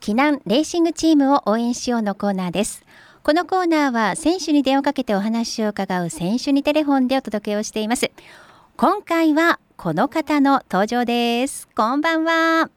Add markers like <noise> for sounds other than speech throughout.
避難レーシングチームを応援しようのコーナーですこのコーナーは選手に電話をかけてお話を伺う選手にテレフォンでお届けをしています今回はこの方の登場ですこんばんは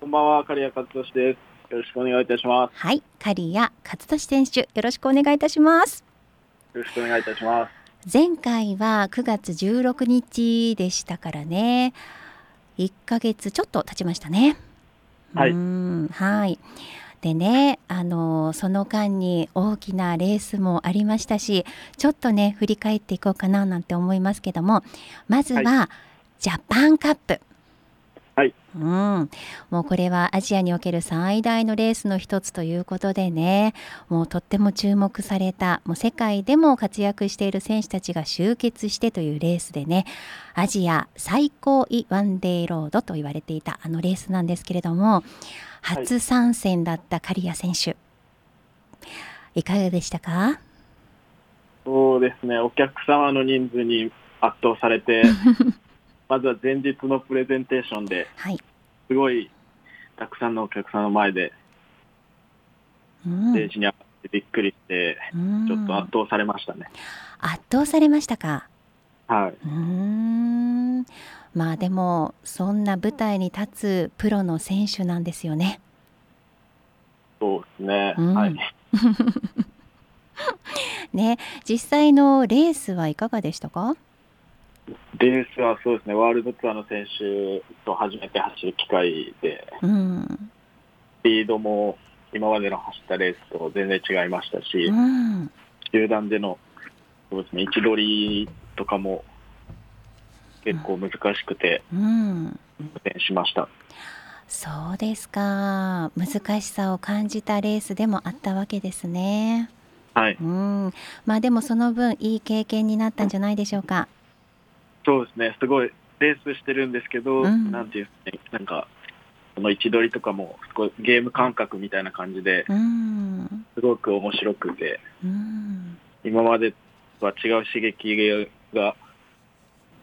こんばんは、刈谷和俊です。よろしくお願いいたしまはい刈谷勝利選手よろしくお願いいたしますす。よろしくお願いいたします。前回は9月16日でしたからね1ヶ月ちょっと経ちましたねはいうーんはいでねあのその間に大きなレースもありましたしちょっとね振り返っていこうかななんて思いますけどもまずは、ジャパンカップはいうん、もうこれはアジアにおける最大のレースの一つということでねもうとっても注目されたもう世界でも活躍している選手たちが集結してというレースでねアジア最高位ワンデーロードと言われていたあのレースなんですけれどもい初参戦だった刈谷選手、い、かがでしたかそうですね、お客様の人数に圧倒さ <laughs> れて、まずは前日のプレゼンテーションではい、すごいたくさんのお客さんの前でうんステージに上がってびっくりして、うんちょっと圧倒されましたね。圧倒されましたかはい。うーんまあでもそんな舞台に立つプロの選手なんですよね。そうですね。うんはい。ね実際のレースはいかがでしたかレースはそうですね、ワールドツアーの選手と初めて走る機会で、うん、スピードも今までの走ったレースと全然違いましたし、うん、集団でのそうです、ね、位置取りとかも結構難しくてうん苦戦しました。そうですか難しさを感じたレースでもあったわけですね。はい、うん、まあでもその分いい経験になったんじゃないでしょうか。そうですね、すごいレースしてるんですけど、うんなんていうんですかね、なんか、その位置取りとかもすごいゲーム感覚みたいな感じでうん、すごく面白くて、うん、今までとは違う刺激が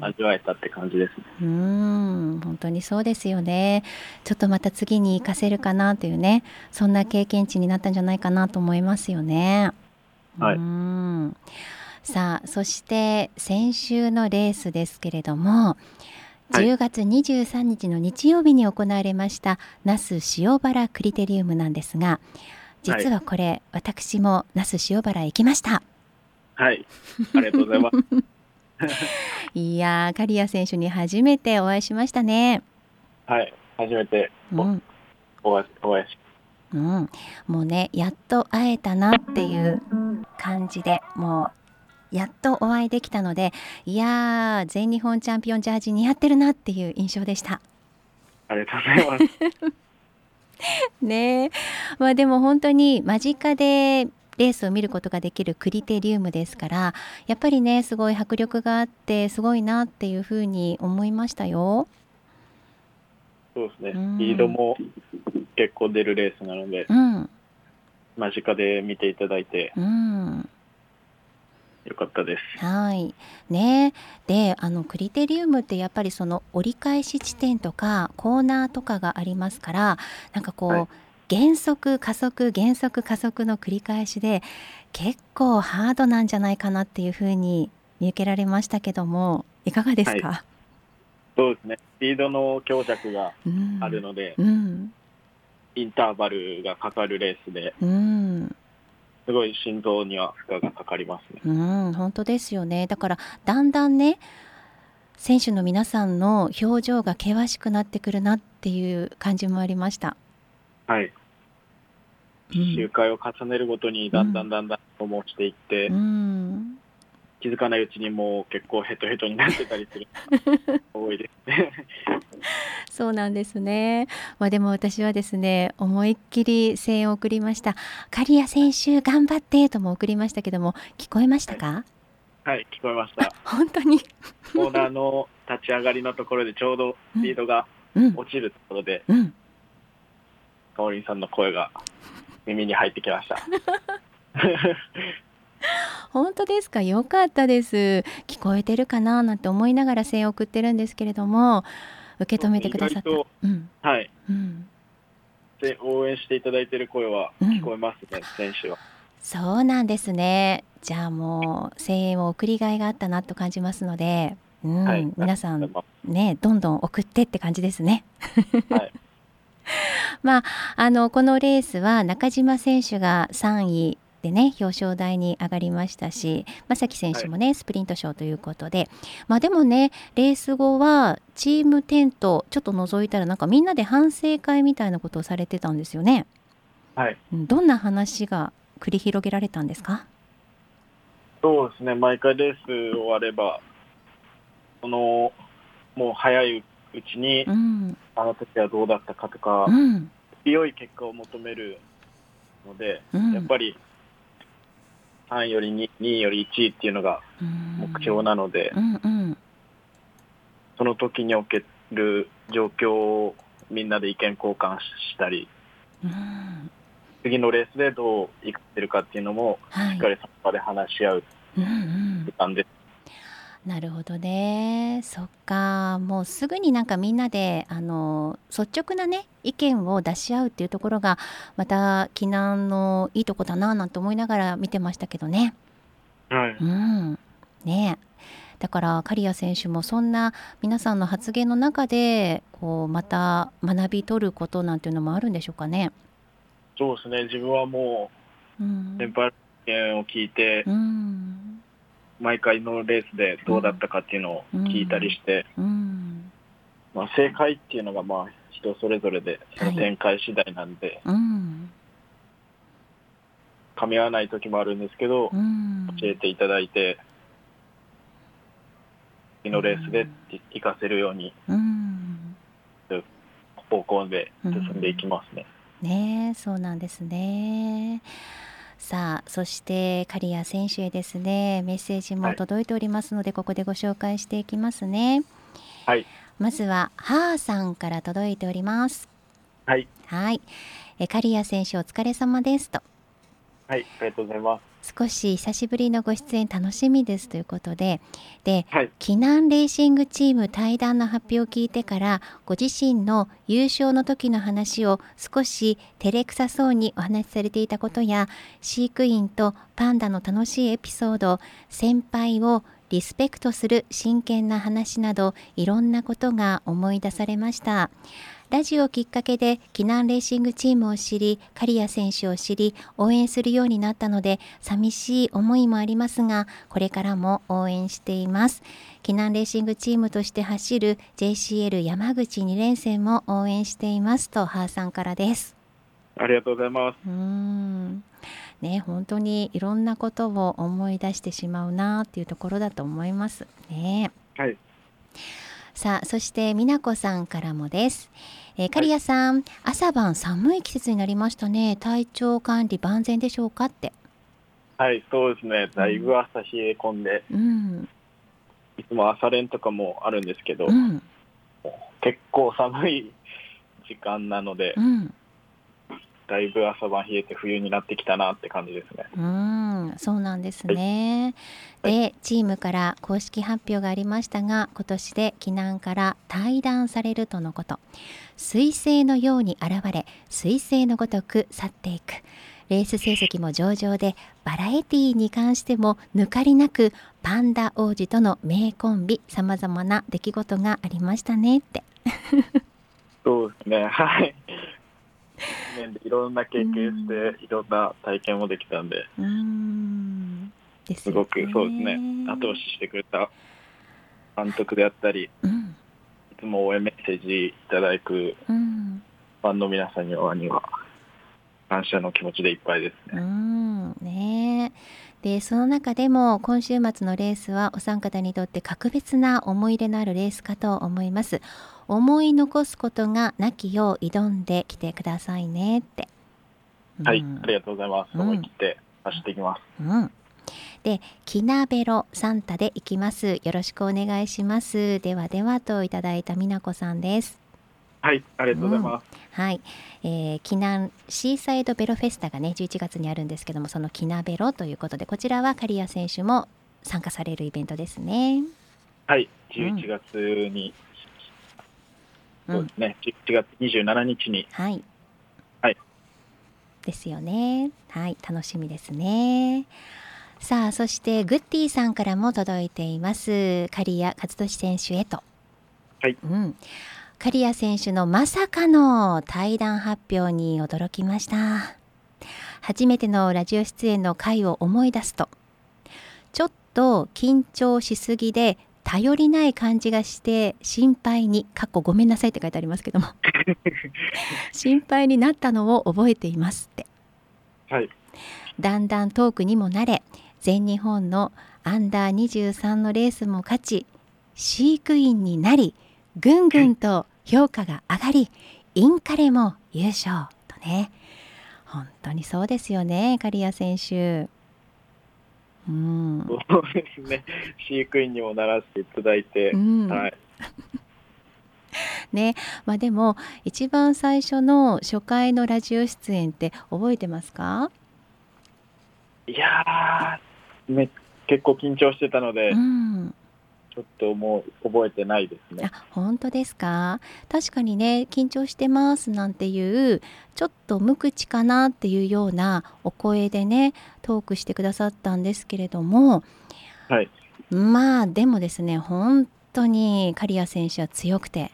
味わえたって感じですね。うん本当にそうですよね。ちょっとまた次に活かせるかなというね、そんな経験値になったんじゃないかなと思いますよね。はいうんさあ、そして先週のレースですけれども、はい10月23日の日曜日に行われました那須塩原クリテリウムなんですが、実はこれ、私も那須塩原へ行きました。はい、ありがとうございます。いやー、刈谷選手に初めてお会いしましたね。はい、初めてうんお会いお会いしうん、もうねやっと会えたなっていう感じでもうやっとお会いできたのでいやー全日本チャンピオンジャージ似合ってるなっていう印象でした。ありがとうございます。ねえまあ、でも本当に間近でレースを見ることができるクリテリウムですからやっぱりねすごい迫力があってすごいなっていうふうに思いましたよ。そうですね、スうんピードも結構出るレースなので、うん、間近で見ていただいてうんよかったです。はいね、であのクリテリウムってやっぱりその折り返し地点とかコーナーとかがありますからなんかこう、はい減速加速減速加速の繰り返しで結構ハードなんじゃないかなっていうふうに見受けられましたけどもいかがですか、そうですね、スピードの強弱がうん、あるので、うんインターバルがかかるレースでうんすごい心臓には負荷がかかりますね。うん、本当ですよね。だからだんだんね、選手の皆さんの表情が険しくなってくるなっていう感じもありました。はい、周回を重ねるごとにだんだんだんだん消耗していって、うん、気づかないうちにもう結構ヘトヘトになってたりする <laughs> 多いですね。 <laughs> そうなんですね。まあでも私はですね、思いっきり声援を送りました。刈谷選手頑張ってとも送りましたけども、聞こえましたか？はい、聞こえました。本当に。コーナーの立ち上がりのところでちょうどスピードがうん、落ちるところで、うん。かおりんさんの声が耳に入ってきました。本当ですかよかったです聞こえてるかななんて思いながら声援を送ってるんですけれども受け止めてくださった意外とうんはい、うんせ応援していただいている声は聞こえますね、選手は。そうなんですね。じゃあもう声援を送りがいがあったなと感じますので、うん、はい皆さでんもね、どんどん送ってって感じですね。はい、 <laughs> まあ、あのこのレースは中島選手が3位でね表彰台に上がりましたし正木選手もね、スプリント賞ということで、まあ、でもねレース後はチームテントちょっと覗いたらなんかみんなで反省会みたいなことをされてたんですよね。はい、うんどんな話が繰り広げられたんですか、そうですね、毎回レース終われば、そのもう早いうちにう、んあの時はどうだったかとかう、ん良い結果を求めるので、うん、やっぱり3位より2位、2位より1位っていうのが目標なのでう、んうんその時における状況をみんなで意見交換したり、うん次のレースでどう生かせるかっていうのも、はいしっかりその場で話し合ううんうん時間で、なるほどねそっかもうすぐになんかみんなであの率直なね意見を出し合うっていうところがまた避難のいいとこだななんて思いながら見てましたけどね。はいうん、ねえだから刈谷選手もそんな皆さんの発言の中でこうまた学び取ることなんていうのもあるんでしょうかね。そうですね、自分はもうんう先輩の意見を聞いて、うん毎回のレースでどうだったかっていうのを聞いたりして、うんまあ、正解っていうのがまあ人それぞれで、その展開次第なんで、うん噛み合わない時もあるんですけどう、ん教えていただいて、次のレースで生かせるようにうん方向で進んでいきますね。ねえそうなんですね。さあそして刈谷選手へですねメッセージも届いておりますので、ここでご紹介していきますねはい、まずはハーさんから届いておりますはい、はいえ刈谷選手お疲れ様ですとはい、ありがとうございます。少し久しぶりのご出演楽しみですということでではい、避難レーシングチーム対談の発表を聞いてからご自身の優勝の時の話を少し照れくさそうにお話しされていたことや飼育員とパンダの楽しいエピソード先輩をリスペクトする真剣な話などいろんなことが思い出されましたラジオをきっかけで避難レーシングチームを知り刈谷選手を知り応援するようになったので寂しい思いもありますがこれからも応援しています避難レーシングチームとして走る JCL 山口2連戦も応援していますとハーさんからですありがとうございます。うーんね本当にいろんなことを思い出してしまうなっていうところだと思いますねはい、さあそして美奈子さんからもです、えー、刈谷さん、朝晩寒い季節になりましたね体調管理万全でしょうかってはい、そうですね。だいぶ朝冷え込んで、うんいつも朝練とかもあるんですけどう、ん結構寒い時間なのでう、んだいぶ朝晩冷えて冬になってきたなって感じですね。うん、そうなんですね。はいで、チームから公式発表がありましたが、今年で避難から退団されるとのこと。彗星のように現れ、彗星のごとく去っていく。レース成績も上々で、バラエティーに関しても抜かりなく、パンダ王子との名コンビ、様々な出来事がありましたねって。そうですね。 <laughs> はい。一年でいろんな経験して、いろんな体験もできたんで、うーん。ですすよねごくそうですね。後押ししてくれた監督であったり、うん。いつも応援メッセージいただくうん。ファンの皆さんには、には感謝の気持ちでいっぱいですうね。んねえでその中でも今週末のレースはお三方にとって格別な思い入れのあるレースかと思います思い残すことがなきよう挑んできてくださいねって、うんはい、ありがとうございます。うん思い切って走っていきます。うん、で「きなべろサンタで行きますよろしくお願いしますではでは」といただいた美奈子さんですはい、ありがとうございます。はい、えー、避難シーサイドベロフェスタがね11月にあるんですけどもそのキナベロということでこちらは刈谷選手も参加されるイベントですね。はい、うん11月に、うんそうですね、11月27日にはい、ですよね。はい、楽しみですね。さあ、そしてグッディさんからも届いています。刈谷和俊選手へと。はい。うん。刈谷選手のまさかの対談発表に驚きました。初めてのラジオ出演の回を思い出すと、ちょっと緊張しすぎで頼りない感じがして心配に、かっこごめんなさいって書いてありますけども、心配になったのを覚えていますって。はい。だんだんトークにも慣れ全日本のアンダー23のレースも勝ち飼育員になりぐんぐんと評価が上がりインカレも優勝とね本当にそうですよね刈谷選手うん、そうですね。飼育員にもならせていただいてう、んはい。まあでも一番最初の初回のラジオ出演って覚えてますか、いやー、め結構緊張してたのでう、んちょっともう覚えてないですね。あ本当ですか確かにね緊張してますなんていうちょっと無口かなっていうようなお声でねトークしてくださったんですけれども、はいまあでもですね本当に刈谷選手は強くて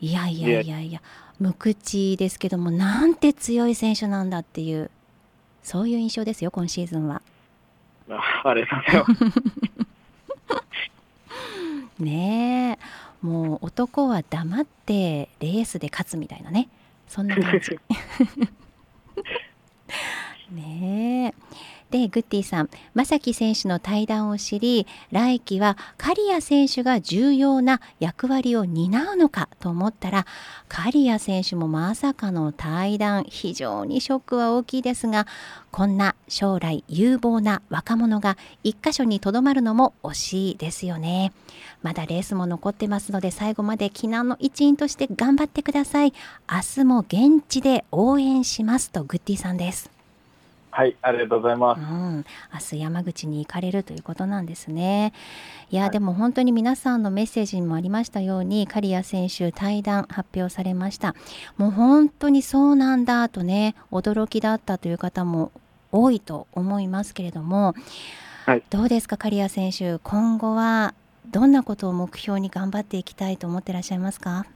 いやいやいやいや無口ですけどもなんて強い選手なんだっていうそういう印象ですよ今シーズンは。 <laughs> ああれだよ。ねえもう男は黙ってレースで勝つみたいなねそんな感じ。ねえでグッディさん正木選手の対談を知り来季は刈谷選手が重要な役割を担うのかと思ったら刈谷選手もまさかの対談非常にショックは大きいですがこんな将来有望な若者が一箇所にとどまるのも惜しいですよね。まだレースも残ってますので最後まで避難の一員として頑張ってください明日も現地で応援しますとグッディさんです、はい、ありがとうございうます。ん、明日山口に行かれるということなんですねいや、はいでも本当に皆さんのメッセージにもありましたように刈谷選手対談発表されましたもう本当にそうなんだとね驚きだったという方も多いと思いますけれども、はいどうですか刈谷選手今後はどんなことを目標に頑張っていきたいと思ってらっしゃいますか、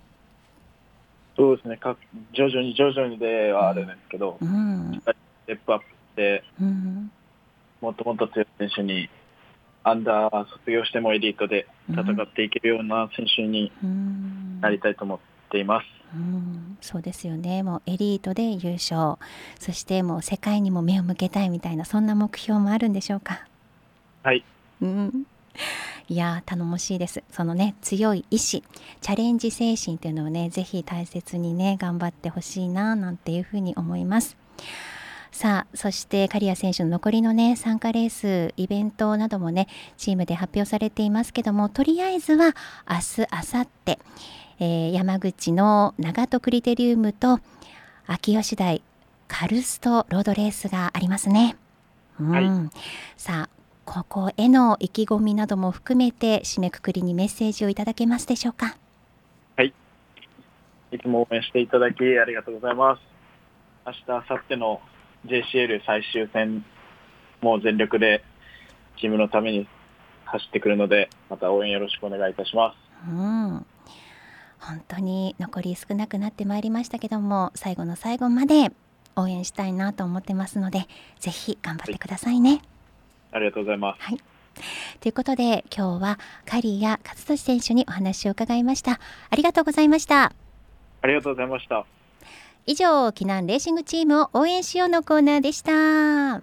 そうですね。か徐々に徐々にではあるんですけど、うんステップアップして、うんもっともっと強い選手に、アンダー卒業してもエリートで戦っていけるような選手にうんなりたいと思っています。うん、そうですよねもうエリートで優勝そしてもう世界にも目を向けたいみたいなそんな目標もあるんでしょうかはい、うん、いやー頼もしいですそのね強い意志チャレンジ精神というのをねぜひ大切にね頑張ってほしいななんていうふうに思いますさあそして刈谷選手の残りのね参加レースイベントなどもねチームで発表されていますけどもとりあえずは明日明後日えー山口の長門クリテリウムと秋吉台カルストロードレースがありますね。うんはいさあここへの意気込みなども含めて締めくくりにメッセージをいただけますでしょうか。いつも応援していただきありがとうございます。明日、明後日の JCL 最終戦、もう全力でチームのために走ってくるので、また応援よろしくお願いいたします。うん本当に残り少なくなってまいりましたけども最後の最後まで応援したいなと思ってますのでぜひ頑張ってくださいね。ありがとうございます。ということで今日は刈谷勝利選手にお話を伺いましたありがとうございましたありがとうございました。以上避難レーシングチームを応援しようのコーナーでした